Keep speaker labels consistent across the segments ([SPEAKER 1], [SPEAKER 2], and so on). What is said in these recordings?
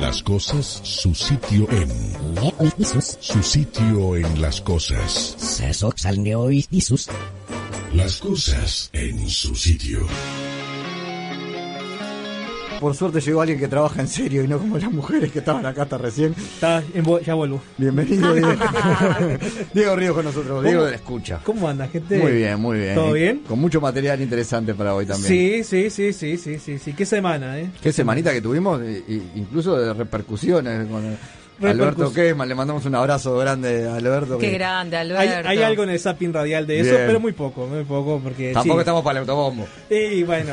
[SPEAKER 1] Las cosas, su sitio en. Su sitio en las cosas. Las cosas en su sitio.
[SPEAKER 2] Por suerte llegó alguien que trabaja en serio y no como las mujeres que estaban acá hasta recién.
[SPEAKER 3] Está en vu- ya vuelvo.
[SPEAKER 2] Bienvenido, Diego. Diego Ríos con nosotros. Diego
[SPEAKER 3] ¿Cómo?
[SPEAKER 2] de la escucha.
[SPEAKER 3] ¿Cómo anda, gente?
[SPEAKER 2] Muy bien, muy bien.
[SPEAKER 3] ¿Todo bien?
[SPEAKER 2] Con mucho material interesante para hoy también.
[SPEAKER 3] Sí, sí, sí, sí, sí, sí, sí. Qué semana, ¿eh?
[SPEAKER 2] Qué semanita que tuvimos, e- e- incluso de repercusiones con Alberto
[SPEAKER 3] Repercus-
[SPEAKER 2] Kesman. Le mandamos un abrazo grande a Alberto.
[SPEAKER 4] Qué
[SPEAKER 2] que
[SPEAKER 4] grande,
[SPEAKER 3] Hay,
[SPEAKER 4] Alberto.
[SPEAKER 3] hay algo en el zapping radial de eso,
[SPEAKER 2] Bien.
[SPEAKER 3] pero muy poco, muy poco, porque...
[SPEAKER 2] Tampoco
[SPEAKER 3] sí.
[SPEAKER 2] estamos para el autobombo.
[SPEAKER 3] Y bueno.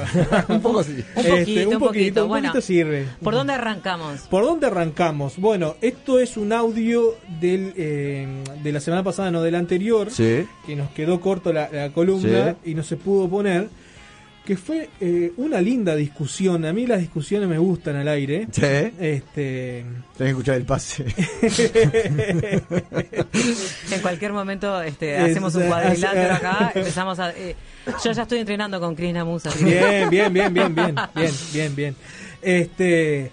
[SPEAKER 2] un poco sí.
[SPEAKER 4] Un
[SPEAKER 3] Este,
[SPEAKER 4] poquito, un poquito.
[SPEAKER 3] un poquito, un
[SPEAKER 4] bueno,
[SPEAKER 3] poquito sirve.
[SPEAKER 4] ¿por dónde arrancamos?
[SPEAKER 3] ¿Por dónde arrancamos? Bueno, esto es un audio del, eh, de la semana pasada, no, del anterior,
[SPEAKER 2] Sí.
[SPEAKER 3] que nos quedó corto la, la columna y no se pudo poner, que fue eh, una linda discusión. A mí las discusiones me gustan al aire.
[SPEAKER 2] Sí. Tenés
[SPEAKER 3] Este,
[SPEAKER 2] que escuchar el pase.
[SPEAKER 4] En cualquier momento este,
[SPEAKER 3] Es-
[SPEAKER 4] hacemos un cuadrilátero
[SPEAKER 3] hace-
[SPEAKER 4] acá, empezamos a... eh, yo ya estoy entrenando con Cris Namusa.
[SPEAKER 3] Bien, bien, bien, bien, bien, bien, bien, bien. Este,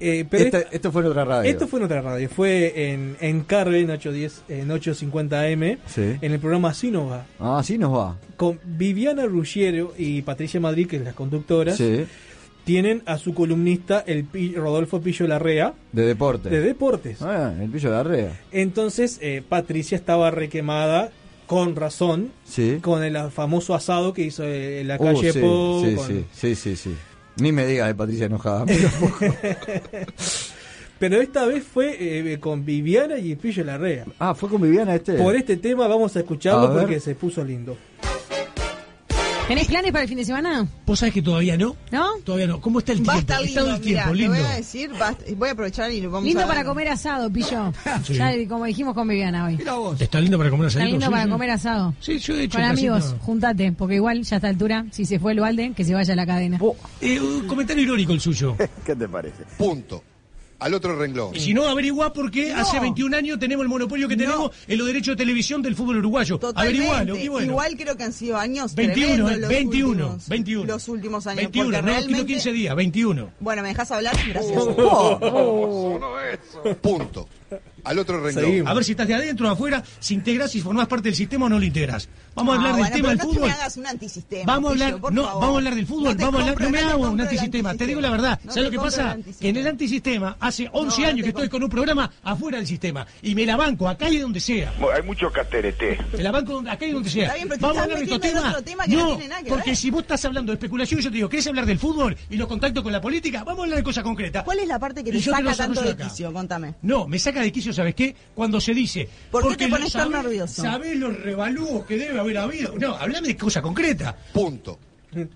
[SPEAKER 3] eh, pero
[SPEAKER 2] Esta-
[SPEAKER 3] esto,
[SPEAKER 2] esto fue en otra radio.
[SPEAKER 3] esto fue en otra radio, fue en, en Carven 810, en 850M,
[SPEAKER 2] Sí.
[SPEAKER 3] en el programa Sinova,
[SPEAKER 2] Ah, sí nos va.
[SPEAKER 3] con Viviana Ruggiero y Patricia Madrid, que es las conductoras,
[SPEAKER 2] Sí.
[SPEAKER 3] tienen a su columnista, el Pi- Rodolfo Pillo Larrea,
[SPEAKER 2] De deporte.
[SPEAKER 3] de Deportes.
[SPEAKER 2] Ah, el pillo de Arrea.
[SPEAKER 3] Entonces, eh, Patricia estaba requemada, con razón,
[SPEAKER 2] Sí.
[SPEAKER 3] con el famoso asado que hizo eh, en la
[SPEAKER 2] Uh,
[SPEAKER 3] calle
[SPEAKER 2] sí,
[SPEAKER 3] Po,
[SPEAKER 2] sí,
[SPEAKER 3] con-
[SPEAKER 2] sí, sí, sí, sí. Ni me digas de Patricia enojada. pero poco.
[SPEAKER 3] Pero esta vez fue eh, con Viviana y Pillo Larrea.
[SPEAKER 2] ah, fue con Viviana este.
[SPEAKER 3] Por este tema vamos a
[SPEAKER 2] A
[SPEAKER 3] escucharlo
[SPEAKER 2] ver.
[SPEAKER 3] porque se puso lindo.
[SPEAKER 5] ¿Tenés planes para el fin de semana?
[SPEAKER 6] Vos sabés que todavía no,
[SPEAKER 5] ¿No?
[SPEAKER 6] todavía no. ¿Cómo está el
[SPEAKER 7] Va a
[SPEAKER 6] tiempo?
[SPEAKER 7] estar
[SPEAKER 6] Está
[SPEAKER 7] lindo,
[SPEAKER 6] el
[SPEAKER 7] mira,
[SPEAKER 6] tiempo,
[SPEAKER 7] te
[SPEAKER 6] lindo.
[SPEAKER 7] voy a decir, va- voy a aprovechar y lo vamos a
[SPEAKER 5] Lindo
[SPEAKER 7] ver.
[SPEAKER 5] para comer asado, pillo.
[SPEAKER 6] Sí.
[SPEAKER 5] Ya le- como dijimos con Viviana hoy.
[SPEAKER 6] Está lindo para comer asado.
[SPEAKER 5] Está lindo
[SPEAKER 6] sí,
[SPEAKER 5] para
[SPEAKER 6] sí.
[SPEAKER 5] comer asado.
[SPEAKER 6] Sí, yo he hecho
[SPEAKER 5] Con
[SPEAKER 6] casi
[SPEAKER 5] amigos,
[SPEAKER 6] nada.
[SPEAKER 5] juntate, porque igual ya a esta altura, si se fue el balde, que se vaya a la cadena.
[SPEAKER 6] Eh, un comentario irónico el suyo.
[SPEAKER 8] Punto. Al otro renglón.
[SPEAKER 6] Si no, averigua por qué hace 21 años tenemos el monopolio que tenemos en los derechos de televisión del fútbol uruguayo.
[SPEAKER 7] Totalmente.
[SPEAKER 6] Averigualo, qué bueno.
[SPEAKER 7] Igual creo que han sido años
[SPEAKER 6] 21,
[SPEAKER 7] tremendos
[SPEAKER 6] eh,
[SPEAKER 7] los
[SPEAKER 6] 21,
[SPEAKER 7] últimos,
[SPEAKER 6] 21.
[SPEAKER 7] Los últimos años.
[SPEAKER 6] 21, no,
[SPEAKER 7] porque
[SPEAKER 6] Oh.
[SPEAKER 7] realmente...
[SPEAKER 6] no 15 días, 21.
[SPEAKER 7] Bueno, ¿me dejas hablar? Gracias.
[SPEAKER 8] eh. Punto. Al otro renglón.
[SPEAKER 3] Seguimos.
[SPEAKER 6] A ver si estás de adentro o afuera, si integrás, si formás parte del sistema o no lo integrás. Vamos
[SPEAKER 5] Oh.
[SPEAKER 6] a hablar
[SPEAKER 7] No,
[SPEAKER 6] del
[SPEAKER 7] Ah, bueno,
[SPEAKER 6] tema
[SPEAKER 7] pero
[SPEAKER 6] del
[SPEAKER 7] no
[SPEAKER 6] fútbol.
[SPEAKER 7] te me hagas un antisistema.
[SPEAKER 6] Vamos a
[SPEAKER 7] Pillo,
[SPEAKER 6] hablar,
[SPEAKER 7] Eh, por
[SPEAKER 6] no,
[SPEAKER 7] favor.
[SPEAKER 6] vamos a hablar del
[SPEAKER 7] No
[SPEAKER 6] fútbol,
[SPEAKER 7] te
[SPEAKER 6] vamos a hablar,
[SPEAKER 7] compro,
[SPEAKER 6] no me
[SPEAKER 7] te
[SPEAKER 6] hago un
[SPEAKER 7] compro el
[SPEAKER 6] antisistema, te digo la verdad.
[SPEAKER 7] No te
[SPEAKER 6] ¿Sabes lo que
[SPEAKER 7] compro
[SPEAKER 6] pasa?
[SPEAKER 7] el
[SPEAKER 6] En el
[SPEAKER 7] antisistema.
[SPEAKER 6] antisistema hace 11
[SPEAKER 7] no
[SPEAKER 6] años
[SPEAKER 7] te
[SPEAKER 6] que estoy
[SPEAKER 7] compro.
[SPEAKER 6] con un programa afuera del sistema y me la banco acá y donde sea.
[SPEAKER 9] Hay mucho caterete.
[SPEAKER 6] Me la banco donde- acá y donde sea.
[SPEAKER 7] Está bien, pero te
[SPEAKER 6] Vamos a
[SPEAKER 7] estás
[SPEAKER 6] hablar de estos
[SPEAKER 7] metiendo en
[SPEAKER 6] temas.
[SPEAKER 7] otro tema que no
[SPEAKER 6] No,
[SPEAKER 7] tiene nada que
[SPEAKER 6] porque
[SPEAKER 7] ver.
[SPEAKER 6] si vos estás hablando de especulación, yo te digo, ¿querés hablar del fútbol y los contactos con la política? Vamos a hablar de cosas concretas.
[SPEAKER 7] ¿Cuál es la parte que te
[SPEAKER 6] Y yo
[SPEAKER 7] saca
[SPEAKER 6] los
[SPEAKER 7] tanto
[SPEAKER 6] desarrollo
[SPEAKER 7] de
[SPEAKER 6] acá.
[SPEAKER 7] quicio? Contame.
[SPEAKER 6] No, me saca de quicio, ¿sabes qué? Cuando se dice.
[SPEAKER 7] ¿Por qué
[SPEAKER 6] porque
[SPEAKER 7] te
[SPEAKER 6] lo
[SPEAKER 7] pones tan
[SPEAKER 6] sabés-
[SPEAKER 7] nervioso?
[SPEAKER 6] Sabés los revalúos que debe haber habido. No, hablame de cosas concretas.
[SPEAKER 8] Punto.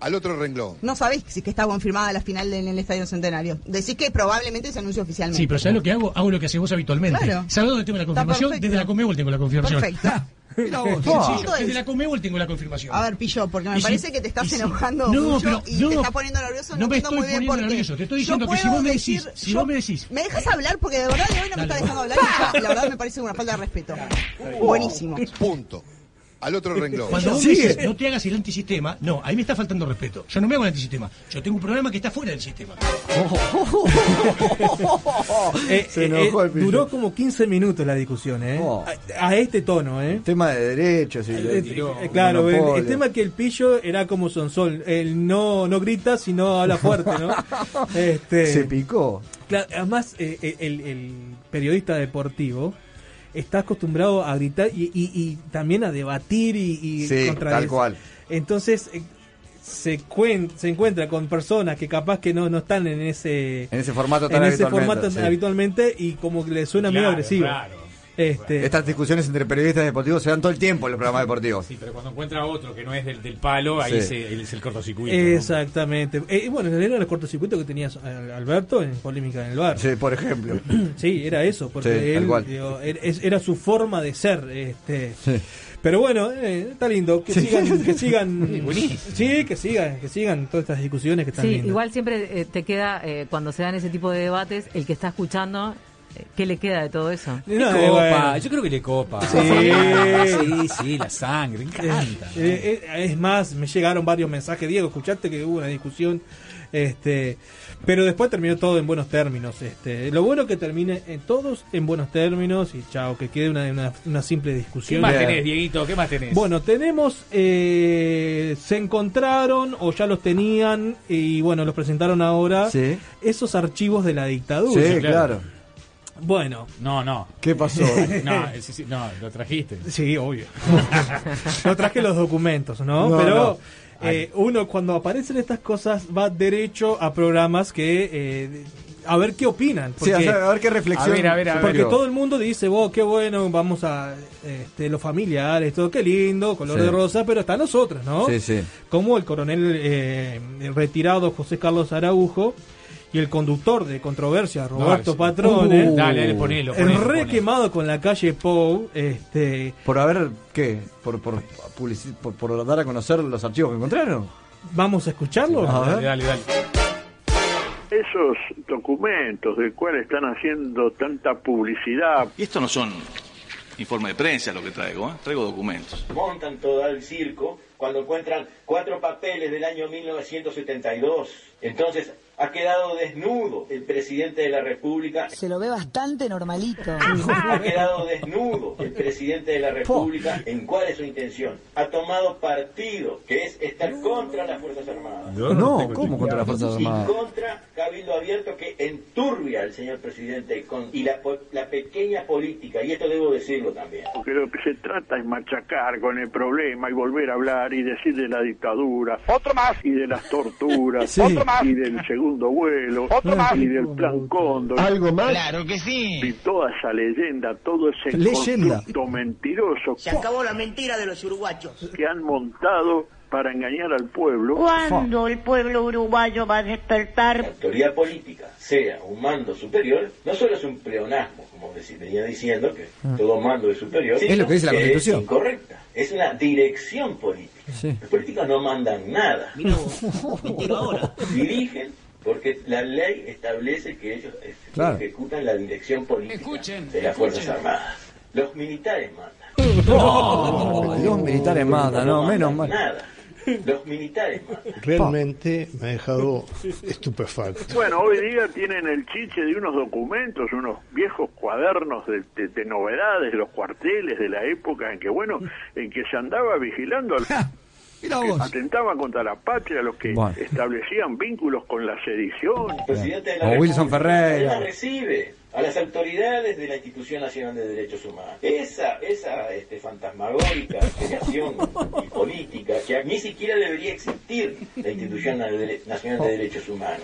[SPEAKER 8] Al otro renglón.
[SPEAKER 7] No sabés si es que está confirmada la final en el Estadio Centenario. Decís que probablemente se anuncie oficialmente.
[SPEAKER 6] Sí, pero ¿sabes lo que hago? Hago lo que haces vos habitualmente.
[SPEAKER 7] Claro.
[SPEAKER 6] ¿Sabes dónde tengo la
[SPEAKER 7] Está
[SPEAKER 6] confirmación?
[SPEAKER 7] perfecto.
[SPEAKER 6] Desde la Comebol tengo la confirmación.
[SPEAKER 7] Perfecto.
[SPEAKER 6] Mira vos,
[SPEAKER 2] Ah.
[SPEAKER 6] sencillo,
[SPEAKER 7] Todo
[SPEAKER 6] Desde
[SPEAKER 7] es-
[SPEAKER 6] la Comebol tengo la confirmación.
[SPEAKER 7] A ver, Pillo, porque Ah, me
[SPEAKER 6] Y si-
[SPEAKER 7] parece que te estás
[SPEAKER 6] y si-
[SPEAKER 7] enojando
[SPEAKER 6] No,
[SPEAKER 7] mucho
[SPEAKER 6] pero
[SPEAKER 7] y
[SPEAKER 6] no,
[SPEAKER 7] te está poniendo nervioso. No,
[SPEAKER 6] no me
[SPEAKER 7] entiendo
[SPEAKER 6] estoy
[SPEAKER 7] muy bien
[SPEAKER 6] poniendo
[SPEAKER 7] por qué.
[SPEAKER 6] nervioso, te estoy
[SPEAKER 7] Yo
[SPEAKER 6] diciendo que si
[SPEAKER 7] puedo
[SPEAKER 6] vos me decís, si
[SPEAKER 7] yo-
[SPEAKER 6] vos me decís.
[SPEAKER 7] ¿Me dejas hablar? Porque de verdad de hoy no me
[SPEAKER 6] Dale,
[SPEAKER 7] está dejando hablar. y La verdad me parece una falta de respeto. Buenísimo.
[SPEAKER 8] Punto. Al otro renglón.
[SPEAKER 6] Cuando vos
[SPEAKER 2] Sigue.
[SPEAKER 6] me dices, no te hagas el antisistema, no, ahí me está faltando respeto. Yo no me hago el antisistema. Yo tengo un programa que está fuera del sistema.
[SPEAKER 3] Eh,
[SPEAKER 2] Se
[SPEAKER 3] eh,
[SPEAKER 2] enojó
[SPEAKER 3] eh,
[SPEAKER 2] el pillo.
[SPEAKER 3] duró como 15 minutos la discusión, ¿eh?
[SPEAKER 2] Oh.
[SPEAKER 3] A, a este tono, ¿eh?
[SPEAKER 2] Tema de derechos y
[SPEAKER 3] Eh, eh, claro, el,
[SPEAKER 2] monopolio.
[SPEAKER 3] el tema que el pillo era como Sonsol, él no, no grita sino habla fuerte, ¿no? Este,
[SPEAKER 2] se picó.
[SPEAKER 3] Claro, además, eh, eh, el, el periodista deportivo está acostumbrado a gritar y, y- y también a debatir y, y
[SPEAKER 2] Sí, tal
[SPEAKER 3] eso.
[SPEAKER 2] cual.
[SPEAKER 3] Entonces, eh, se, cuen- se encuentra con personas que capaz que no, no están en ese,
[SPEAKER 2] En ese formato tan
[SPEAKER 3] en ese
[SPEAKER 2] habitualmente,
[SPEAKER 3] formato
[SPEAKER 2] sí.
[SPEAKER 3] habitualmente y como que le suena medio agresivo.
[SPEAKER 6] Claro.
[SPEAKER 3] Este,
[SPEAKER 2] Estas discusiones entre periodistas deportivos se dan todo el tiempo en los programas deportivos.
[SPEAKER 9] Sí, pero cuando encuentra otro que no es del, del palo, ahí
[SPEAKER 2] Sí.
[SPEAKER 9] se- es el cortocircuito. ¿no?
[SPEAKER 3] exactamente. Eh, bueno, era el cortocircuito que tenía Alberto en polémica en el bar.
[SPEAKER 2] Sí, por ejemplo.
[SPEAKER 3] Sí, era eso, porque
[SPEAKER 2] Sí, tal
[SPEAKER 3] él,
[SPEAKER 2] cual.
[SPEAKER 3] digo, er- es- era su forma de ser. Este.
[SPEAKER 2] Sí.
[SPEAKER 3] Pero bueno, eh, está lindo, que sigan, que sigan,
[SPEAKER 9] buenísimo.
[SPEAKER 3] sí, que sigan, que sigan todas estas discusiones que están
[SPEAKER 4] Sí,
[SPEAKER 3] lindas.
[SPEAKER 4] igual siempre eh, te queda, eh, cuando se dan ese tipo de debates, el que está escuchando, eh, ¿qué le queda de todo eso?
[SPEAKER 9] Le
[SPEAKER 3] No,
[SPEAKER 9] copa,
[SPEAKER 3] bueno.
[SPEAKER 9] yo creo que le copa.
[SPEAKER 3] Sí.
[SPEAKER 9] sí, sí, la sangre, me encanta.
[SPEAKER 3] Eh, eh, es más, me llegaron varios mensajes, Diego, escuchaste que hubo una discusión, este, pero después terminó todo en buenos términos. Este, lo bueno que termine en todos en buenos términos y chao, que quede una, una, una simple
[SPEAKER 9] ¿Qué
[SPEAKER 3] discusión.
[SPEAKER 9] más
[SPEAKER 2] Bien.
[SPEAKER 9] tenés, Dieguito? ¿Qué más tenés?
[SPEAKER 3] Bueno, tenemos, eh, se encontraron o ya los tenían y bueno, los presentaron ahora
[SPEAKER 2] Sí.
[SPEAKER 3] esos archivos de la dictadura.
[SPEAKER 2] Sí,
[SPEAKER 9] claro.
[SPEAKER 2] claro.
[SPEAKER 3] Bueno,
[SPEAKER 9] No, no.
[SPEAKER 2] ¿Qué pasó?
[SPEAKER 9] No, eh, sí, sí, no, lo trajiste.
[SPEAKER 3] sí, obvio. no traje los documentos, ¿no?
[SPEAKER 2] No,
[SPEAKER 3] Pero eh, uno cuando aparecen estas cosas va derecho a programas que... eh, a ver qué opinan.
[SPEAKER 2] Sí,
[SPEAKER 3] porque-
[SPEAKER 2] a ver, a ver qué reflexión.
[SPEAKER 9] A ver, a ver, a ver.
[SPEAKER 3] Porque
[SPEAKER 2] surgió.
[SPEAKER 3] todo el mundo dice, vos, qué bueno, vamos a este, los familiares, todo, qué lindo, color
[SPEAKER 2] Sí.
[SPEAKER 3] de rosa, pero está nosotros, ¿no?
[SPEAKER 2] Sí, sí.
[SPEAKER 3] Como el coronel eh, el retirado José Carlos Araujo y el conductor de controversia, Roberto
[SPEAKER 9] es-
[SPEAKER 3] Patrone,
[SPEAKER 9] Uh, dale, dale, ponelo.
[SPEAKER 3] el
[SPEAKER 9] ponelo,
[SPEAKER 3] re
[SPEAKER 9] ponelo.
[SPEAKER 3] quemado con la calle Pou, este,
[SPEAKER 2] Por haber, ¿qué? Por, por, publici- por, por dar a conocer los archivos que encontraron.
[SPEAKER 3] ¿vamos a escucharlo?
[SPEAKER 2] A
[SPEAKER 9] Dale,
[SPEAKER 2] ver.
[SPEAKER 9] dale, dale.
[SPEAKER 10] Esos documentos del cual están haciendo tanta publicidad.
[SPEAKER 6] Y esto no son informes de prensa lo que traigo, ¿eh? traigo documentos.
[SPEAKER 10] Montan todo el circo cuando encuentran cuatro papeles del año 1972. Entonces ha quedado desnudo el presidente de la República.
[SPEAKER 7] Se lo ve bastante normalito.
[SPEAKER 10] Ha quedado desnudo el presidente de la República. ¿En cuál es su intención? Ha tomado partido, que es estar contra las Fuerzas Armadas.
[SPEAKER 2] No, ¿cómo contra las Fuerzas
[SPEAKER 10] Y
[SPEAKER 2] Armadas?
[SPEAKER 10] contra Cabildo Abierto que enturbia al señor presidente con- y la, po- la pequeña política, y esto debo decirlo también. Porque lo que se trata es machacar con el problema y volver a hablar y decir de la dictadura. Otro más. Y de las torturas.
[SPEAKER 2] Sí. Otro más.
[SPEAKER 10] Y del segundo vuelo. Otro más. Y del plan Cóndor.
[SPEAKER 1] ¿Algo más?
[SPEAKER 10] Y toda esa leyenda, todo ese
[SPEAKER 2] Leyenda.
[SPEAKER 10] constructo mentiroso
[SPEAKER 7] Se acabó la mentira de los uruguachos.
[SPEAKER 10] que han montado para engañar al pueblo.
[SPEAKER 2] ¿Cuándo
[SPEAKER 7] el pueblo uruguayo va a
[SPEAKER 10] la
[SPEAKER 7] despertar?
[SPEAKER 10] autoridad política sea un mando superior, no solo es un pleonasmo, como deci- venía diciendo, que todo mando es superior,
[SPEAKER 2] Es lo que dice la
[SPEAKER 10] sino
[SPEAKER 2] Constitución.
[SPEAKER 10] Es incorrecta, es una dirección política.
[SPEAKER 2] Sí.
[SPEAKER 10] Los políticos no mandan nada,
[SPEAKER 7] ahora.
[SPEAKER 10] dirigen porque la ley establece que ellos eh,
[SPEAKER 2] Claro.
[SPEAKER 10] ejecutan la dirección política de las Fuerzas Armadas. Los militares mandan.
[SPEAKER 2] Dios, militares manda, no, menos
[SPEAKER 10] mandan
[SPEAKER 2] mal.
[SPEAKER 10] Nada. Los militares mandan.
[SPEAKER 1] Realmente me ha dejado estupefacto.
[SPEAKER 10] Bueno, hoy día tienen el chiche de unos documentos, unos viejos cuadernos de, de- de novedades, de los cuarteles de la época en que, bueno, en que se andaba vigilando, a los que atentaban contra la patria, a los que
[SPEAKER 2] Bueno.
[SPEAKER 10] establecían vínculos con la sedición. Presidente de la
[SPEAKER 2] O
[SPEAKER 10] República,
[SPEAKER 2] Wilson
[SPEAKER 10] la
[SPEAKER 2] Ferreira.
[SPEAKER 10] recibe a las autoridades de la Institución Nacional de Derechos Humanos. Esa, esa este, fantasmagórica creación y política que ni siquiera debería existir la Institución Na- de- Nacional de Derechos Humanos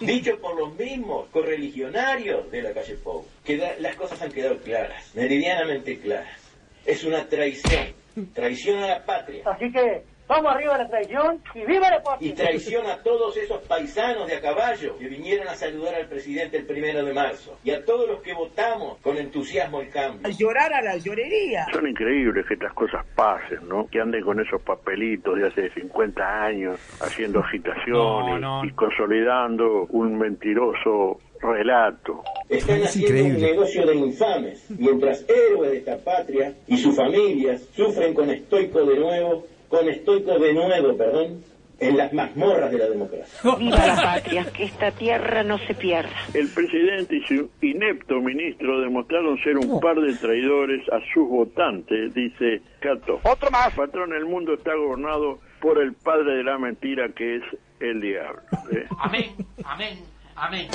[SPEAKER 10] dicho por los mismos correligionarios de la calle Pou. Que da- las cosas han quedado claras, meridianamente claras. Es una traición, traición a la patria
[SPEAKER 7] Así que vamos arriba a la traición y viva la
[SPEAKER 10] y traición a todos esos paisanos de a caballo que vinieron a saludar al presidente el primero de marzo y a todos los que votamos con entusiasmo el cambio.
[SPEAKER 7] Llorar a la llorería.
[SPEAKER 10] Son increíbles que estas cosas pasen, ¿no? Que anden con esos papelitos de hace 50 años, haciendo agitación
[SPEAKER 9] No,
[SPEAKER 10] y,
[SPEAKER 9] no.
[SPEAKER 10] y consolidando un mentiroso relato. Están
[SPEAKER 2] Es haciendo increíble. un
[SPEAKER 10] negocio de infames, mientras héroes de esta patria y sus familias sufren con estoico de nuevo, con estoico de nuevo, perdón, en las mazmorras de la democracia.
[SPEAKER 7] Viva la patria, que esta tierra no se pierda.
[SPEAKER 10] El presidente y su inepto ministro demostraron ser un par de traidores a sus votantes, dice Cato. Otro más. Patrón, el mundo está gobernado por el padre de la mentira que es el diablo. ¿eh?
[SPEAKER 9] Amén, amén, amén.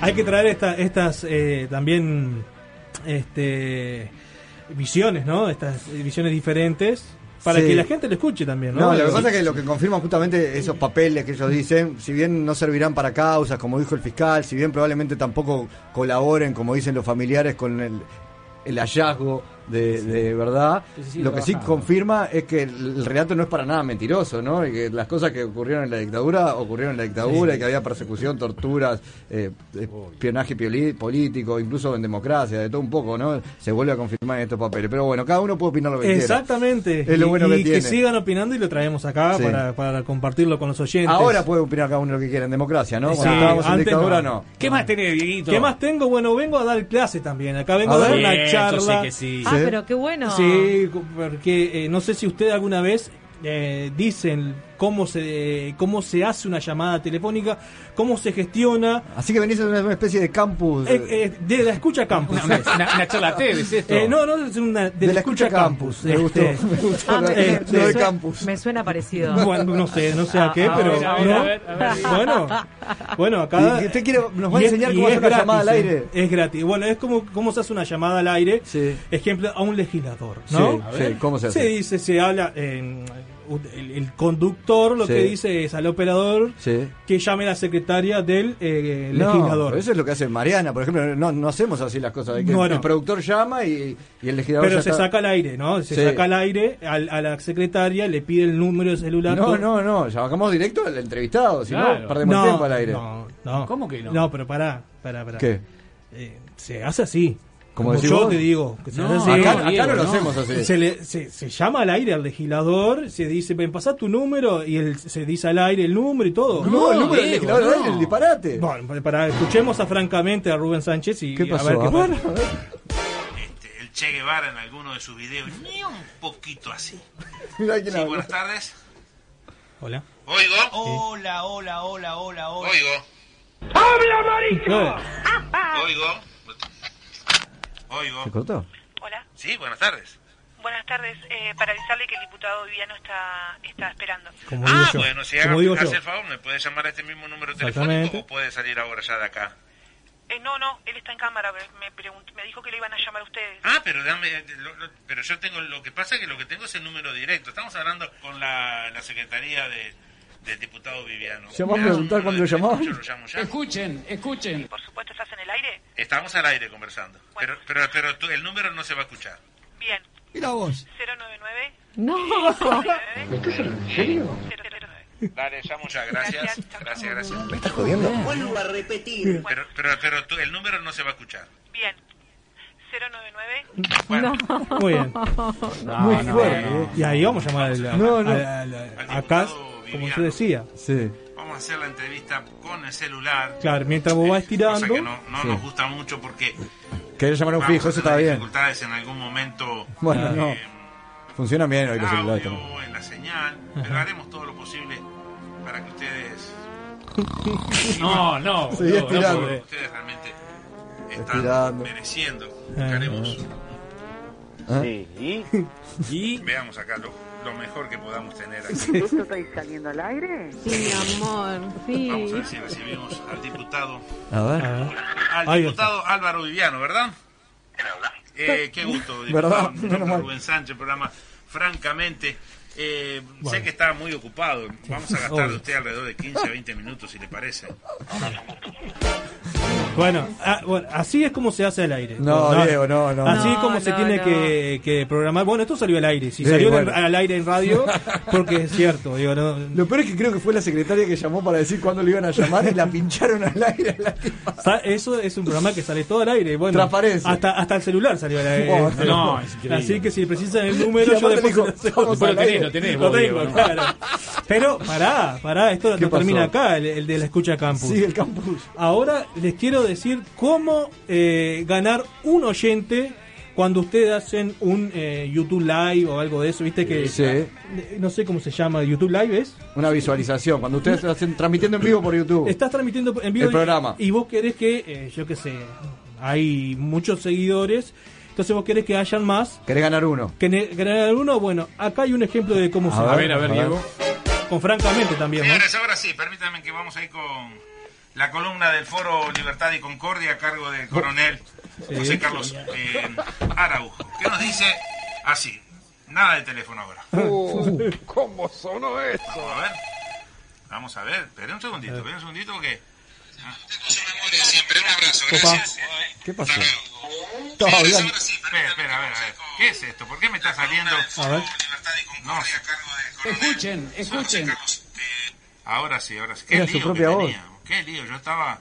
[SPEAKER 3] Hay que traer esta- estas eh, también este, visiones, ¿no? Estas eh, visiones diferentes. Para
[SPEAKER 2] Sí.
[SPEAKER 3] que la gente lo escuche también, ¿no?
[SPEAKER 2] No, lo que pasa es que lo que confirman justamente esos papeles que ellos dicen, si bien no servirán para causas, como dijo el fiscal, si bien probablemente tampoco colaboren, como dicen los familiares, con el, el hallazgo de, de verdad,
[SPEAKER 11] Sí, sí, sí,
[SPEAKER 2] lo que sí
[SPEAKER 11] trabajando.
[SPEAKER 2] confirma es que el el relato no es para nada mentiroso, ¿no? Y que las cosas que ocurrieron en la dictadura ocurrieron en la dictadura
[SPEAKER 11] Sí.
[SPEAKER 2] y que había persecución, torturas, eh, espionaje pioli- político, incluso en democracia, de todo un poco, ¿no? Se vuelve a confirmar en estos papeles. Pero bueno, cada uno puede opinar lo que quiera.
[SPEAKER 3] Exactamente.
[SPEAKER 2] Es lo
[SPEAKER 3] Y-
[SPEAKER 2] bueno
[SPEAKER 3] y
[SPEAKER 2] que
[SPEAKER 3] que,
[SPEAKER 2] tiene.
[SPEAKER 3] sigan opinando y lo traemos acá
[SPEAKER 2] Sí.
[SPEAKER 3] para, para compartirlo con los oyentes.
[SPEAKER 2] Ahora puede opinar cada uno lo que quiera en democracia, ¿no?
[SPEAKER 3] Sí,
[SPEAKER 2] Cuando estábamos en
[SPEAKER 3] antes
[SPEAKER 2] dictadura,
[SPEAKER 3] no.
[SPEAKER 2] no.
[SPEAKER 9] ¿Qué más tenés, Dieguito?
[SPEAKER 3] ¿Qué más tengo? Bueno, vengo a dar clase también. Acá vengo
[SPEAKER 9] A
[SPEAKER 3] a, dar
[SPEAKER 9] ver.
[SPEAKER 3] una
[SPEAKER 9] Bien,
[SPEAKER 3] charla.
[SPEAKER 9] yo sé que sí.
[SPEAKER 4] Ah, pero qué bueno.
[SPEAKER 3] Sí, porque eh, no sé si usted alguna vez eh, dicen cómo se cómo se hace una llamada telefónica, cómo se gestiona.
[SPEAKER 2] Así que venís a una, una especie de campus.
[SPEAKER 3] Eh, eh, de la escucha campus.
[SPEAKER 9] Una, una- una charla T, decís esto.
[SPEAKER 3] Eh, no, no, es una, de, la escucha, campus.
[SPEAKER 2] Me gustó,
[SPEAKER 3] Este,
[SPEAKER 2] me gustó
[SPEAKER 4] Ah, me,
[SPEAKER 2] lo-
[SPEAKER 4] me-
[SPEAKER 3] Este,
[SPEAKER 4] me
[SPEAKER 2] lo de
[SPEAKER 4] suena,
[SPEAKER 2] campus.
[SPEAKER 4] me suena parecido.
[SPEAKER 3] Bueno, no sé, no sé
[SPEAKER 4] Ah,
[SPEAKER 3] a qué,
[SPEAKER 4] a
[SPEAKER 3] pero.
[SPEAKER 4] ver, a ver,
[SPEAKER 3] ¿no?
[SPEAKER 4] a ver, a ver.
[SPEAKER 3] Bueno, bueno, acá.
[SPEAKER 2] Y usted quiere- nos va a
[SPEAKER 3] y es-
[SPEAKER 2] enseñar
[SPEAKER 3] y
[SPEAKER 2] cómo
[SPEAKER 3] es
[SPEAKER 2] hacer una llamada al
[SPEAKER 3] gratis,
[SPEAKER 2] aire.
[SPEAKER 3] ¿eh? Es gratis. Bueno, es como cómo se hace una llamada al aire.
[SPEAKER 2] Sí.
[SPEAKER 3] Ejemplo, a un legislador,
[SPEAKER 2] Sí,
[SPEAKER 3] ¿no?
[SPEAKER 2] sí, ¿cómo se hace?
[SPEAKER 3] Se dice, se habla. eh, el, el conductor lo
[SPEAKER 2] Sí.
[SPEAKER 3] que dice es al operador
[SPEAKER 2] Sí.
[SPEAKER 3] que llame a la secretaria del eh,
[SPEAKER 2] No,
[SPEAKER 3] legislador.
[SPEAKER 2] pero eso es lo que hace Mariana, por ejemplo. No, no hacemos así las cosas. de que
[SPEAKER 3] No, no.
[SPEAKER 2] El productor llama y, y el legislador.
[SPEAKER 3] Pero
[SPEAKER 2] ya
[SPEAKER 3] se
[SPEAKER 2] está-
[SPEAKER 3] saca al aire, ¿no? Se
[SPEAKER 2] Sí.
[SPEAKER 3] saca al aire al- a la secretaria, le pide el número de celular.
[SPEAKER 2] No,
[SPEAKER 3] todo.
[SPEAKER 2] no, no. Llamamos directo al entrevistado. Si
[SPEAKER 9] Claro.
[SPEAKER 2] no, perdemos
[SPEAKER 3] No,
[SPEAKER 2] tiempo al aire.
[SPEAKER 3] No, no.
[SPEAKER 9] ¿Cómo que no?
[SPEAKER 3] No, pero pará, pará, pará.
[SPEAKER 2] ¿Qué?
[SPEAKER 3] Eh, se hace así.
[SPEAKER 2] ¿Cómo
[SPEAKER 3] Como
[SPEAKER 2] decís
[SPEAKER 3] yo
[SPEAKER 2] vos?
[SPEAKER 3] te digo. que se
[SPEAKER 9] No,
[SPEAKER 3] hace así.
[SPEAKER 2] acá,
[SPEAKER 9] Sí,
[SPEAKER 2] acá
[SPEAKER 9] Diego,
[SPEAKER 2] no lo
[SPEAKER 9] no.
[SPEAKER 2] hacemos así.
[SPEAKER 3] Se, le- se- se llama al aire al legislador, se dice, ven, pasá tu número, y él se dice al aire el número y todo.
[SPEAKER 2] No, el número del
[SPEAKER 9] Diego,
[SPEAKER 2] legislador
[SPEAKER 9] no.
[SPEAKER 2] al aire, el disparate.
[SPEAKER 3] Bueno, pues, para, escuchemos a francamente a Rubén Sánchez y
[SPEAKER 2] ¿Qué
[SPEAKER 3] a ver
[SPEAKER 2] pasó?
[SPEAKER 3] qué
[SPEAKER 2] A ver,
[SPEAKER 3] pasa.
[SPEAKER 2] a ver.
[SPEAKER 12] este, el Che Guevara en alguno de sus videos, ni un poquito así.
[SPEAKER 2] Mirá quién
[SPEAKER 12] Sí,
[SPEAKER 2] habla.
[SPEAKER 12] buenas tardes.
[SPEAKER 3] Hola.
[SPEAKER 12] Oigo.
[SPEAKER 13] Hola, hola, hola, hola, hola.
[SPEAKER 12] Oigo.
[SPEAKER 13] ¡Habla, marica!
[SPEAKER 12] Oigo. Oigo.
[SPEAKER 2] ¿Se cortó?
[SPEAKER 14] Hola,
[SPEAKER 12] Sí, buenas tardes.
[SPEAKER 14] buenas tardes. Eh, para avisarle que el diputado Viviano está, está esperando.
[SPEAKER 3] Como digo
[SPEAKER 12] ah,
[SPEAKER 3] yo.
[SPEAKER 12] bueno, si
[SPEAKER 3] Como
[SPEAKER 12] haga-
[SPEAKER 3] digo yo.
[SPEAKER 12] hace el favor, me puede llamar a este mismo número
[SPEAKER 3] Exactamente.
[SPEAKER 12] telefónico o puede salir ahora ya de acá.
[SPEAKER 14] Eh, no, no, él está en cámara, pero me, pregunt- me dijo que lo iban a llamar a ustedes.
[SPEAKER 12] Ah, pero dame, eh, lo- lo- pero yo tengo, lo que pasa es que lo que tengo es el número directo. Estamos hablando con la, la secretaría de, del diputado Viviano.
[SPEAKER 2] Se va a
[SPEAKER 12] ¿Me das un
[SPEAKER 2] preguntar
[SPEAKER 12] número
[SPEAKER 2] cuándo lo
[SPEAKER 12] directo?
[SPEAKER 2] llamaban.
[SPEAKER 12] Yo lo llamo ya.
[SPEAKER 9] Escuchen, escuchen.
[SPEAKER 14] Por supuesto, ¿estás en el aire?
[SPEAKER 12] Estamos al aire conversando, pero, pero, pero tú- el número no se va a escuchar.
[SPEAKER 14] Bien.
[SPEAKER 12] Mira vos.
[SPEAKER 14] 099.
[SPEAKER 4] No.
[SPEAKER 12] ¿Estás en serio? Dale, llamo ya, gracias. Gracias, gracias. ¿Me estás
[SPEAKER 2] jodiendo?
[SPEAKER 12] Vuelvo a repetir. Pero, pero, pero tú- el número no se va a escuchar.
[SPEAKER 14] Bien. 099.
[SPEAKER 12] Bueno.
[SPEAKER 3] Muy bien. Muy
[SPEAKER 9] no,
[SPEAKER 3] fuerte. ¿eh?
[SPEAKER 9] no.
[SPEAKER 3] Y ahí vamos a llamar al, al-
[SPEAKER 2] No, no.
[SPEAKER 3] al- al- acá, como yo decía.
[SPEAKER 2] Sí.
[SPEAKER 12] Vamos a hacer la entrevista con el celular.
[SPEAKER 3] Claro, mientras vos vas
[SPEAKER 12] Cosa
[SPEAKER 3] tirando.
[SPEAKER 12] que no, no
[SPEAKER 2] Sí.
[SPEAKER 12] nos gusta mucho porque
[SPEAKER 2] Quería llamar a un fijo, eso está bien.
[SPEAKER 12] dificultades en algún momento
[SPEAKER 2] Bueno,
[SPEAKER 12] eh,
[SPEAKER 2] no. Funciona bien hoy
[SPEAKER 12] en
[SPEAKER 2] los celulares
[SPEAKER 12] audio,
[SPEAKER 2] también.
[SPEAKER 12] en la señal, pero haremos todo lo posible para que ustedes
[SPEAKER 9] No, no.
[SPEAKER 2] Seguí
[SPEAKER 9] boludo, no
[SPEAKER 2] estirando.
[SPEAKER 9] podés.
[SPEAKER 12] ustedes realmente están
[SPEAKER 2] Estirando.
[SPEAKER 12] mereciendo.
[SPEAKER 9] Ah,
[SPEAKER 12] Buscaremos.
[SPEAKER 2] ¿Eh?
[SPEAKER 12] Y veamos acá lo, lo mejor que podamos tener aquí.
[SPEAKER 15] ¿Esto estáis saliendo al aire?
[SPEAKER 4] Sí, amor,
[SPEAKER 12] Vamos a
[SPEAKER 4] sí.
[SPEAKER 12] ver si recibimos al diputado,
[SPEAKER 2] A ver.
[SPEAKER 3] Ah.
[SPEAKER 12] al
[SPEAKER 2] Ahí
[SPEAKER 12] diputado Álvaro Viviano, ¿verdad? Eh, qué gusto, diputado.
[SPEAKER 2] ¿Verdad?
[SPEAKER 12] Mi nombre
[SPEAKER 2] Menos
[SPEAKER 12] es
[SPEAKER 2] mal.
[SPEAKER 12] Rubén Sánchez, programa Francamente. Eh, Sé
[SPEAKER 2] Bueno.
[SPEAKER 12] que está muy ocupado. Vamos a gastar de
[SPEAKER 3] Obvio.
[SPEAKER 12] usted alrededor de 15 a 20 minutos, si le parece.
[SPEAKER 3] Bueno, ah, bueno, así es como se hace al aire.
[SPEAKER 2] No, Diego, no, no.
[SPEAKER 3] Así es
[SPEAKER 2] No,
[SPEAKER 3] como se
[SPEAKER 4] no,
[SPEAKER 3] tiene
[SPEAKER 4] no.
[SPEAKER 3] Que, que programar. Bueno, esto salió al aire. Si
[SPEAKER 2] Sí,
[SPEAKER 3] salió en-
[SPEAKER 2] bueno.
[SPEAKER 3] al aire en radio, porque es cierto. Digo, no,
[SPEAKER 2] Lo peor es que creo que fue la secretaria que llamó para decir cuándo le iban a llamar y la pincharon al aire.
[SPEAKER 3] sa- eso es un programa que sale todo al aire. Bueno,
[SPEAKER 2] Transparencia.
[SPEAKER 3] Hasta, hasta el celular salió al aire.
[SPEAKER 2] Wow.
[SPEAKER 3] Este,
[SPEAKER 9] No, es increíble.
[SPEAKER 3] Así que si precisan el
[SPEAKER 2] Y
[SPEAKER 3] número, yo
[SPEAKER 2] aparte
[SPEAKER 3] después
[SPEAKER 2] dijo,
[SPEAKER 3] se lo-
[SPEAKER 2] "Vamos
[SPEAKER 9] Bueno, lo tenés,
[SPEAKER 2] al aire".
[SPEAKER 9] lo tenés.
[SPEAKER 3] lo
[SPEAKER 9] vos,
[SPEAKER 3] tengo,
[SPEAKER 9] Diego, ¿no?
[SPEAKER 3] claro. Pero pará, pará, esto
[SPEAKER 2] ¿Qué
[SPEAKER 3] no termina
[SPEAKER 2] pasó?
[SPEAKER 3] acá, el, el de la escucha campus.
[SPEAKER 2] Sí, el campus.
[SPEAKER 3] Ahora les quiero decir cómo eh, ganar un oyente cuando ustedes hacen un eh, YouTube Live o algo de eso, ¿viste? que
[SPEAKER 2] Sí.
[SPEAKER 3] eh, No sé cómo se llama, YouTube Live es.
[SPEAKER 2] Una visualización. Cuando ustedes lo hacen transmitiendo en vivo por YouTube.
[SPEAKER 3] Estás transmitiendo en vivo
[SPEAKER 2] El
[SPEAKER 3] y-
[SPEAKER 2] programa.
[SPEAKER 3] Y, vos querés que, eh, yo qué sé, hay muchos seguidores, entonces vos querés que hayan más.
[SPEAKER 2] Querés ganar uno.
[SPEAKER 3] Que ne- ganar uno, bueno, acá hay un ejemplo de cómo se
[SPEAKER 9] A
[SPEAKER 3] hace.
[SPEAKER 9] ver, a ver, Diego.
[SPEAKER 3] Con francamente también, ¿no?
[SPEAKER 12] Señores, ahora sí, permítanme que vamos ahí con la columna del Foro Libertad y Concordia a cargo del coronel José Carlos eh, Araujo, que nos dice así. Nada de teléfono ahora.
[SPEAKER 11] Uh, ¿Cómo sonó eso?
[SPEAKER 12] Vamos a ver. Vamos a ver. Esperen un segundito, esperen un segundito que.
[SPEAKER 2] ¿Qué pasó?
[SPEAKER 12] Espera, espera, a ver, a ver. ¿Qué es esto? ¿Por qué me está saliendo?
[SPEAKER 2] A ver.
[SPEAKER 12] No.
[SPEAKER 9] Escuchen, escuchen.
[SPEAKER 12] Ahora sí, ahora sí.
[SPEAKER 9] Era
[SPEAKER 12] Qué
[SPEAKER 9] su
[SPEAKER 12] lío que
[SPEAKER 9] propia voz.
[SPEAKER 12] tenía. Qué lío. Yo estaba.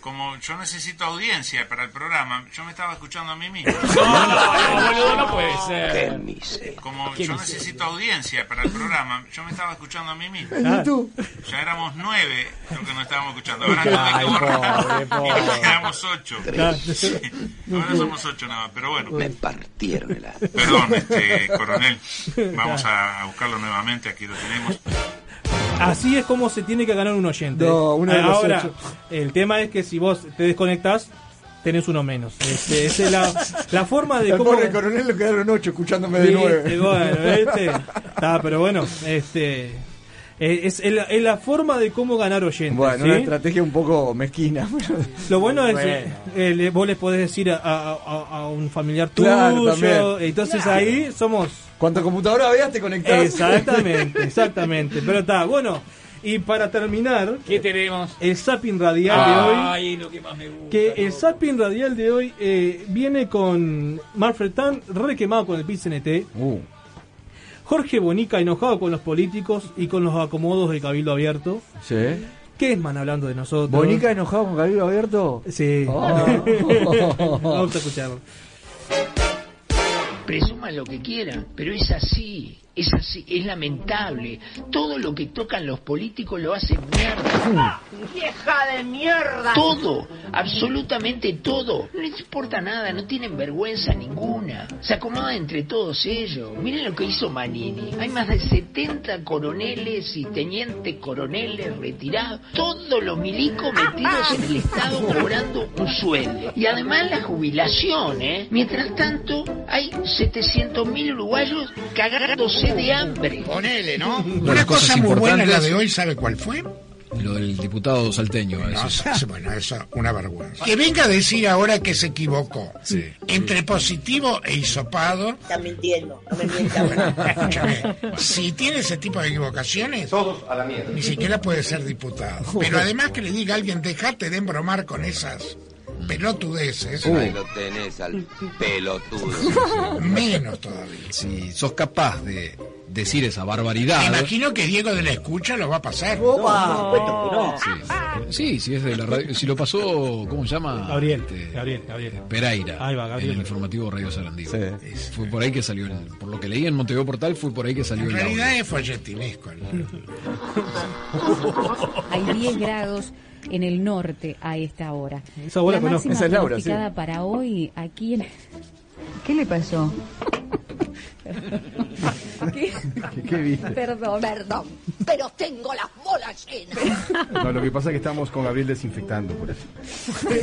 [SPEAKER 12] Como yo necesito audiencia para el programa, yo me estaba escuchando a mí mismo.
[SPEAKER 9] No, no, no, boludo, no puede ser. Qué
[SPEAKER 12] Como
[SPEAKER 9] Qué
[SPEAKER 12] yo
[SPEAKER 9] miseria.
[SPEAKER 12] necesito audiencia para el programa, yo me estaba escuchando a mí mismo.
[SPEAKER 9] En
[SPEAKER 12] Ya éramos nueve lo que nos estábamos escuchando. Ahora
[SPEAKER 9] Ay,
[SPEAKER 12] no
[SPEAKER 9] pobre,
[SPEAKER 12] tengo
[SPEAKER 9] pobre.
[SPEAKER 12] éramos ocho.
[SPEAKER 9] Claro.
[SPEAKER 12] Sí. Ahora somos ocho nada más, pero bueno.
[SPEAKER 9] Me
[SPEAKER 12] partieron Perdón, este, coronel. Vamos a a buscarlo nuevamente, aquí lo tenemos.
[SPEAKER 3] Así es como se tiene que ganar un oyente.
[SPEAKER 2] No, uno de los
[SPEAKER 3] Ahora,
[SPEAKER 2] ocho.
[SPEAKER 3] el tema es que si vos te desconectás, tenés uno menos. Este, esa es la, la forma de
[SPEAKER 2] El
[SPEAKER 3] cómo.
[SPEAKER 2] pobre coronel lo quedaron ocho escuchándome de
[SPEAKER 3] Viste,
[SPEAKER 2] nueve.
[SPEAKER 3] bueno, ¿viste? Está, pero bueno, este. eh, Es, es la, es la forma de cómo ganar oyentes.
[SPEAKER 2] Bueno,
[SPEAKER 3] ¿sí?
[SPEAKER 2] una estrategia un poco mezquina.
[SPEAKER 3] Lo bueno es que
[SPEAKER 2] Bueno.
[SPEAKER 3] vos les podés decir a, a- a- a un familiar tuyo.
[SPEAKER 2] Claro, también.
[SPEAKER 3] Entonces
[SPEAKER 2] Claro.
[SPEAKER 3] ahí somos.
[SPEAKER 2] Cuanto computadora veas, te conectás.
[SPEAKER 3] Exactamente, exactamente. Pero está, bueno. Y para terminar,
[SPEAKER 9] ¿qué tenemos?
[SPEAKER 3] El zapping radial de hoy.
[SPEAKER 9] Ay, lo que más me gusta.
[SPEAKER 3] Que el zapping radial de hoy eh, viene con Manfred Tan re quemado con el pit
[SPEAKER 2] Uh.
[SPEAKER 3] Jorge Bonica enojado con los políticos y con los acomodos del Cabildo Abierto.
[SPEAKER 2] Sí.
[SPEAKER 3] ¿Qué es man hablando de nosotros?
[SPEAKER 2] ¿Bonica enojado con Cabildo Abierto?
[SPEAKER 3] Sí. Vamos a escucharlo.
[SPEAKER 16] presuman lo que quieran, pero es así, es así, es lamentable. Todo lo que tocan los políticos lo hacen mierda.
[SPEAKER 13] ¡Ah! ¡Vieja de mierda!
[SPEAKER 16] Todo, absolutamente todo. No les importa nada, no tienen vergüenza ninguna. Se acomodan entre todos ellos. Miren lo que hizo Manini. Hay más de 70 coroneles y tenientes coroneles retirados. Todos los milicos metidos en el Estado cobrando un sueldo. Y además la jubilación, ¿eh? Mientras tanto, hay 700.000 uruguayos cagándose de hambre. Ponele, ¿no?
[SPEAKER 17] Una Las cosas cosa muy buena la de hoy,
[SPEAKER 16] ¿sabe cuál fue?
[SPEAKER 17] Lo del diputado salteño.
[SPEAKER 16] No,
[SPEAKER 17] eso. Bueno, eso es una vergüenza.
[SPEAKER 16] Que venga
[SPEAKER 17] a decir ahora que se equivocó. Sí.
[SPEAKER 16] Entre
[SPEAKER 17] positivo e hisopado.
[SPEAKER 16] Está mintiendo.
[SPEAKER 17] si tiene ese tipo de equivocaciones.
[SPEAKER 16] Todos a la mierda.
[SPEAKER 17] Ni siquiera puede ser diputado. Pero además que le diga a alguien, dejate de embromar con esas pelotudeces.
[SPEAKER 18] Ahí lo tenés al pelotudo.
[SPEAKER 17] Menos todavía.
[SPEAKER 19] Si sos capaz de decir esa barbaridad.
[SPEAKER 17] Me imagino que Diego de la Escucha lo va a pasar.
[SPEAKER 19] Sí, sí, sí, es de la radio. Si lo pasó, ¿cómo se llama? Este,
[SPEAKER 3] Gabriel, Gabriel, Gabriel.
[SPEAKER 19] Pereira.
[SPEAKER 3] Ahí va, Gabriel.
[SPEAKER 19] En el informativo Radio Sarandí. Fue por ahí que salió. el- por lo que leí en Montevideo Portal, fue por ahí que salió
[SPEAKER 17] En
[SPEAKER 19] el audio.
[SPEAKER 17] realidad es folletinesco.
[SPEAKER 20] Hay 10 grados en el norte a esta hora.
[SPEAKER 3] Esa bola
[SPEAKER 20] la
[SPEAKER 3] conozco.
[SPEAKER 20] máxima
[SPEAKER 3] Esa es Laura,
[SPEAKER 20] pronosticada
[SPEAKER 3] sí.
[SPEAKER 20] para hoy aquí en... ¿Qué le pasó?
[SPEAKER 21] ¿Qué?
[SPEAKER 22] ¿Qué viste?
[SPEAKER 21] Perdón. Perdón, pero tengo las bolas llenas.
[SPEAKER 22] No, lo que pasa es que estamos con Gabriel desinfectando, por eso.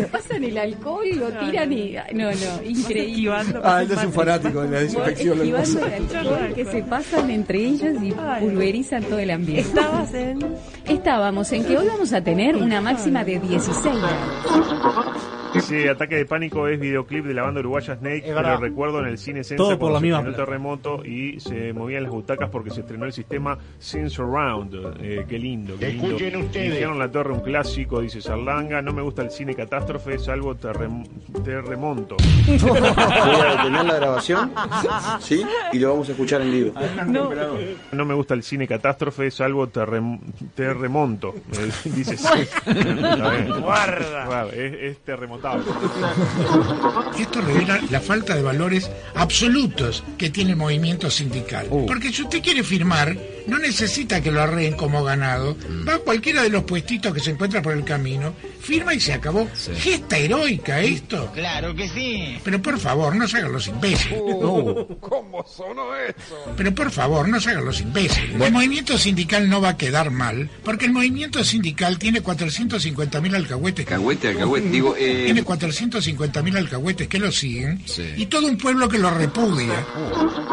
[SPEAKER 20] Pasan el alcohol, lo
[SPEAKER 21] No,
[SPEAKER 20] tiran
[SPEAKER 21] no.
[SPEAKER 20] y... ay, No, no, increíble.
[SPEAKER 2] Ah, él es un fanático de la desinfección. lo que
[SPEAKER 20] Esquivando
[SPEAKER 2] pasa.
[SPEAKER 20] el alcohol que se pasan entre ellos y pulverizan todo el ambiente. ¿Estabas en...? Estábamos en que hoy vamos a tener una máxima de 16 grados.
[SPEAKER 23] Sí, Ataque de Pánico es videoclip de la banda uruguaya Snake, pero
[SPEAKER 3] verdad.
[SPEAKER 23] recuerdo en el cine Sensa
[SPEAKER 3] Todo por
[SPEAKER 23] cuando
[SPEAKER 3] la
[SPEAKER 23] se
[SPEAKER 3] misma
[SPEAKER 23] estrenó el terremoto y se movían las butacas porque se estrenó el sistema Sin Surround. Eh, qué lindo, qué lindo.
[SPEAKER 24] Escuchen ustedes.
[SPEAKER 23] Dirigieron la torre un clásico, dice Sarlanga. No me gusta el cine catástrofe, salvo terrem- terremoto.
[SPEAKER 24] Voy a detener la grabación, ¿sí? Y lo vamos a escuchar en
[SPEAKER 2] Ah,
[SPEAKER 24] vivo.
[SPEAKER 23] No me gusta el cine catástrofe, salvo terrem- terremoto. Eh, dice Está bien.
[SPEAKER 13] Guarda.
[SPEAKER 23] Guarda, Es, es terremotable.
[SPEAKER 17] Y esto revela la falta de valores absolutos que tiene el movimiento sindical.
[SPEAKER 18] Uh.
[SPEAKER 17] Porque si usted quiere firmar, no necesita que lo arreen como ganado.
[SPEAKER 18] Mm.
[SPEAKER 17] Va a cualquiera de los puestitos que se encuentra por el camino, firma y se acabó. Gesta heroica esto.
[SPEAKER 13] Claro que sí.
[SPEAKER 17] Pero por favor, no se hagan los imbéciles.
[SPEAKER 18] Uh,
[SPEAKER 11] ¿Cómo sonó eso?
[SPEAKER 17] Pero por favor, no se hagan los imbéciles. El movimiento sindical no va a quedar mal, porque el movimiento sindical tiene 450.000 alcahuetes.
[SPEAKER 18] Alcahuete, alcahuete, digo, eh.
[SPEAKER 17] Tiene 450.000 alcahuetes que lo siguen y todo un pueblo que lo repudia.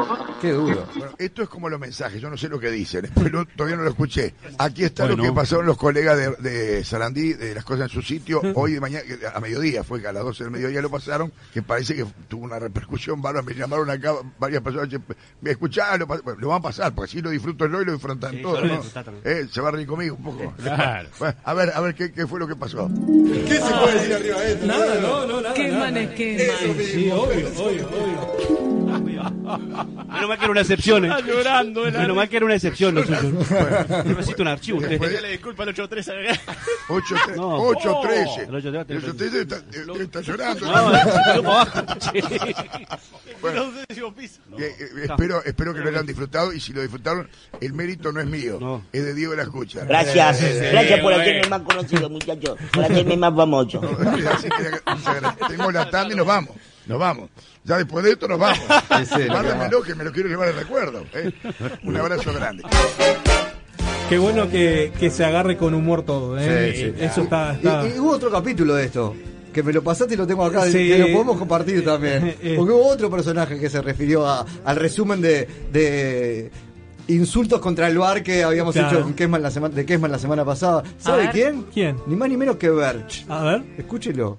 [SPEAKER 24] Bueno, esto es como los mensajes, yo no sé lo que dije.
[SPEAKER 25] dicen, pero todavía no lo escuché. Aquí está
[SPEAKER 1] Bueno.
[SPEAKER 25] lo que pasaron los colegas de, de Sarandí, de las cosas en su sitio, hoy de mañana, que a mediodía, fue que a las 12 del mediodía lo pasaron, que parece que tuvo una repercusión bárbara, me llamaron acá varias personas, che, me escucharon, lo, pas- bueno, lo van a pasar, porque así lo disfruto yo y lo disfrutan
[SPEAKER 1] Sí,
[SPEAKER 25] todos,
[SPEAKER 1] yo lo
[SPEAKER 25] ¿no?
[SPEAKER 1] disfruté también.
[SPEAKER 25] Eh, se va a reír conmigo un poco.
[SPEAKER 1] Claro.
[SPEAKER 25] Bueno, a ver, a ver, ¿qué, qué fue lo que pasó?
[SPEAKER 1] ¿Qué se puede decir arriba de esto?
[SPEAKER 3] Nada, no, no, nada.
[SPEAKER 4] Qué
[SPEAKER 3] nada.
[SPEAKER 4] man es qué
[SPEAKER 3] Eso
[SPEAKER 4] man.
[SPEAKER 3] mismo. Sí, obvio, obvio, obvio.
[SPEAKER 1] Menos mal que era una excepción. ¿eh?
[SPEAKER 5] Está llorando, el
[SPEAKER 1] Menos mal que era una excepción. Lo suyo. Yo necesito un archivo. usted.
[SPEAKER 5] Pedíale disculpa al 8-3 acá.
[SPEAKER 25] 8
[SPEAKER 1] No. Oh.
[SPEAKER 25] 8-13.
[SPEAKER 1] El 8-13.
[SPEAKER 25] El 8-13 está, eh, está llorando.
[SPEAKER 1] No, yo para abajo.
[SPEAKER 25] Bueno.
[SPEAKER 5] No sé si vos piso.
[SPEAKER 25] Eh, eh, espero, espero que lo hayan disfrutado y si lo disfrutaron, el mérito no es mío, es de Diego de la Escucha.
[SPEAKER 6] Gracias,
[SPEAKER 25] Eh, eh,
[SPEAKER 6] gracias por
[SPEAKER 25] eh,
[SPEAKER 6] hacerme más conocido, muchachos, por hacerme más famoso.
[SPEAKER 25] Así que muchas gracias. tengo la tanda y nos vamos. Nos vamos. Ya después de esto nos vamos.
[SPEAKER 1] En serio,
[SPEAKER 25] Guárdamelo que me lo quiero llevar de recuerdo. eh. Un abrazo grande.
[SPEAKER 3] Qué bueno que, que se agarre con humor todo, ¿eh?
[SPEAKER 2] Sí, sí.
[SPEAKER 3] Eso está. está-
[SPEAKER 2] Y, y hubo otro capítulo de esto. Que me lo pasaste y lo tengo acá,
[SPEAKER 3] Sí.
[SPEAKER 2] que lo podemos compartir también.
[SPEAKER 3] eh.
[SPEAKER 2] Porque hubo otro personaje que se refirió a- al resumen de, de insultos contra el bar que habíamos
[SPEAKER 3] Claro.
[SPEAKER 2] hecho en Kesman la semana, de Kesman la semana pasada. ¿Sabe
[SPEAKER 3] ver.
[SPEAKER 2] quién?
[SPEAKER 3] ¿Quién?
[SPEAKER 2] Ni más ni menos que Berch.
[SPEAKER 3] A ver.
[SPEAKER 2] Escúchelo.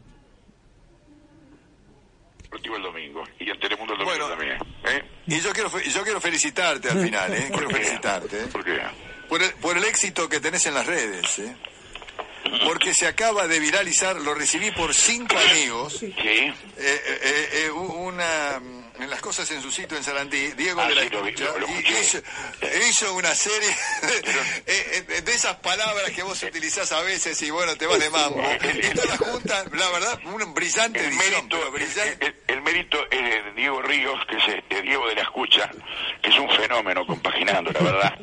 [SPEAKER 8] el domingo y enteré mundo el domingo también. ¿eh? Y yo quiero, fe- yo quiero felicitarte al final, ¿eh? Quiero felicitarte. ¿eh? Por el, por el éxito que tenés en las redes, ¿eh? Porque se acaba de viralizar, lo recibí por cinco amigos. Eh, eh, eh, u- una. mm, En las cosas en su sitio en Sarandí, Diego de la Escucha, y hizo, hizo una serie de, eh, eh, de esas palabras que vos utilizás a veces y bueno, te vas de mambo. Están las juntas, la verdad, un brillante edición, pero brillante.
[SPEAKER 26] El mérito es de Diego Ríos, que es este, Diego de la Escucha, que es un fenómeno compaginando, la verdad.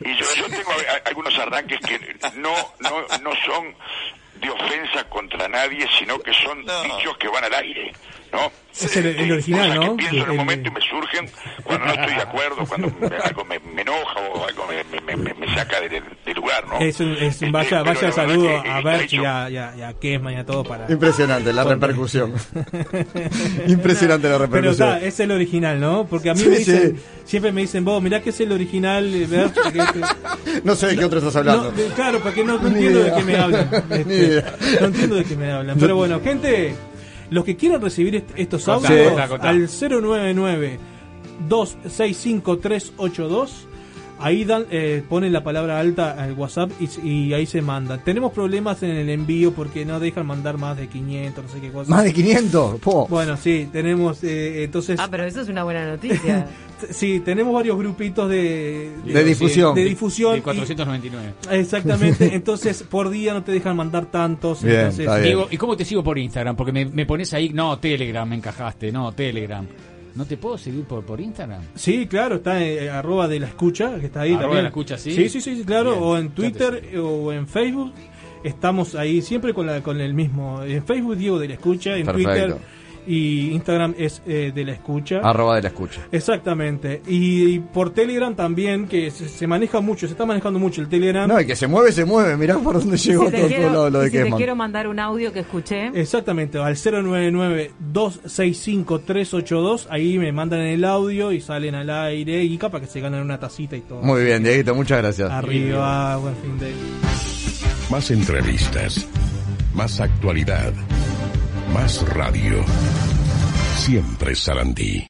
[SPEAKER 26] Y yo, yo tengo a- a- algunos arranques que no, no, no son de ofensa contra nadie, sino que son dichos que van al aire, ¿no?
[SPEAKER 3] Es el, el original, ¿no? El- el-
[SPEAKER 26] me surgen cuando no estoy de acuerdo, cuando me- algo me, me enoja o algo me, me- me- me saca de, de lugar, ¿no?
[SPEAKER 3] es un, es un vaya,
[SPEAKER 26] Este, pero
[SPEAKER 3] vaya
[SPEAKER 26] la
[SPEAKER 3] saludo
[SPEAKER 26] verdad que,
[SPEAKER 3] a Berch y a, y a- y a Kesman y a todos para.
[SPEAKER 2] Impresionante la repercusión. Impresionante la
[SPEAKER 3] Pero
[SPEAKER 2] repercusión.
[SPEAKER 3] está, es el original, ¿no? Porque a mí
[SPEAKER 2] Sí,
[SPEAKER 3] me dicen, siempre me dicen, vos, mirá que es el original, eh, Berch. que este-
[SPEAKER 2] No sé de qué otro estás hablando.
[SPEAKER 3] No, de- claro, porque no, no
[SPEAKER 2] Ni
[SPEAKER 3] entiendo de
[SPEAKER 2] idea.
[SPEAKER 3] qué me hablan.
[SPEAKER 2] Ni
[SPEAKER 3] Este,
[SPEAKER 2] idea.
[SPEAKER 3] no entiendo de qué me hablan. Pero bueno, gente, los que quieran recibir est- estos audios
[SPEAKER 2] Contá, contá, contá.
[SPEAKER 3] al 099 265 382 Ahí dan, eh, ponen la palabra alta al WhatsApp y, s- y ahí se manda. Tenemos problemas en el envío porque no dejan mandar más de 500, no sé qué cosa.
[SPEAKER 2] Más de 500. po.
[SPEAKER 3] Bueno, sí, tenemos eh, entonces
[SPEAKER 4] Ah, pero eso es una buena noticia.
[SPEAKER 3] Sí, tenemos varios grupitos de,
[SPEAKER 2] De difusión.
[SPEAKER 3] De difusión.
[SPEAKER 5] De 499.
[SPEAKER 3] Y- eh, exactamente. Entonces, por día no te dejan mandar tantos. entonces-
[SPEAKER 5] Diego, ¿y cómo te sigo por Instagram? Porque me, me pones ahí, no, Telegram, me encajaste, no, Telegram. ¿No te puedo seguir por, por Instagram?
[SPEAKER 3] Sí, claro, está eh, arroba de la escucha, que está ahí
[SPEAKER 5] Arroba
[SPEAKER 3] también.
[SPEAKER 5] de la escucha, sí.
[SPEAKER 3] Sí, sí, sí, sí, claro.
[SPEAKER 5] Bien,
[SPEAKER 3] o en
[SPEAKER 5] ya
[SPEAKER 3] Twitter o en Facebook. Estamos ahí siempre con, la, con el mismo. En Facebook, Diego de la escucha. En
[SPEAKER 1] Perfecto.
[SPEAKER 3] Twitter y Instagram es eh, de la escucha.
[SPEAKER 1] Arroba de la escucha.
[SPEAKER 3] Exactamente. Y, y por Telegram también, que se, se maneja mucho, se está manejando mucho el Telegram.
[SPEAKER 2] No, el que se mueve, se mueve. Mirá por dónde
[SPEAKER 3] Y si
[SPEAKER 2] llegó
[SPEAKER 3] te
[SPEAKER 2] todo,
[SPEAKER 3] quiero-
[SPEAKER 2] todo lado lo
[SPEAKER 3] y
[SPEAKER 2] de
[SPEAKER 3] si te
[SPEAKER 2] Kesman.
[SPEAKER 4] Quiero mandar un audio que escuché.
[SPEAKER 3] Exactamente, al 099-265-382. Ahí me mandan el audio y salen al aire y capaz que se ganan una tacita y todo.
[SPEAKER 2] Muy bien, Dieguito, muchas gracias.
[SPEAKER 3] Arriba, buen fin de.
[SPEAKER 27] Más entrevistas. Más actualidad. Más radio. Siempre Sarandí.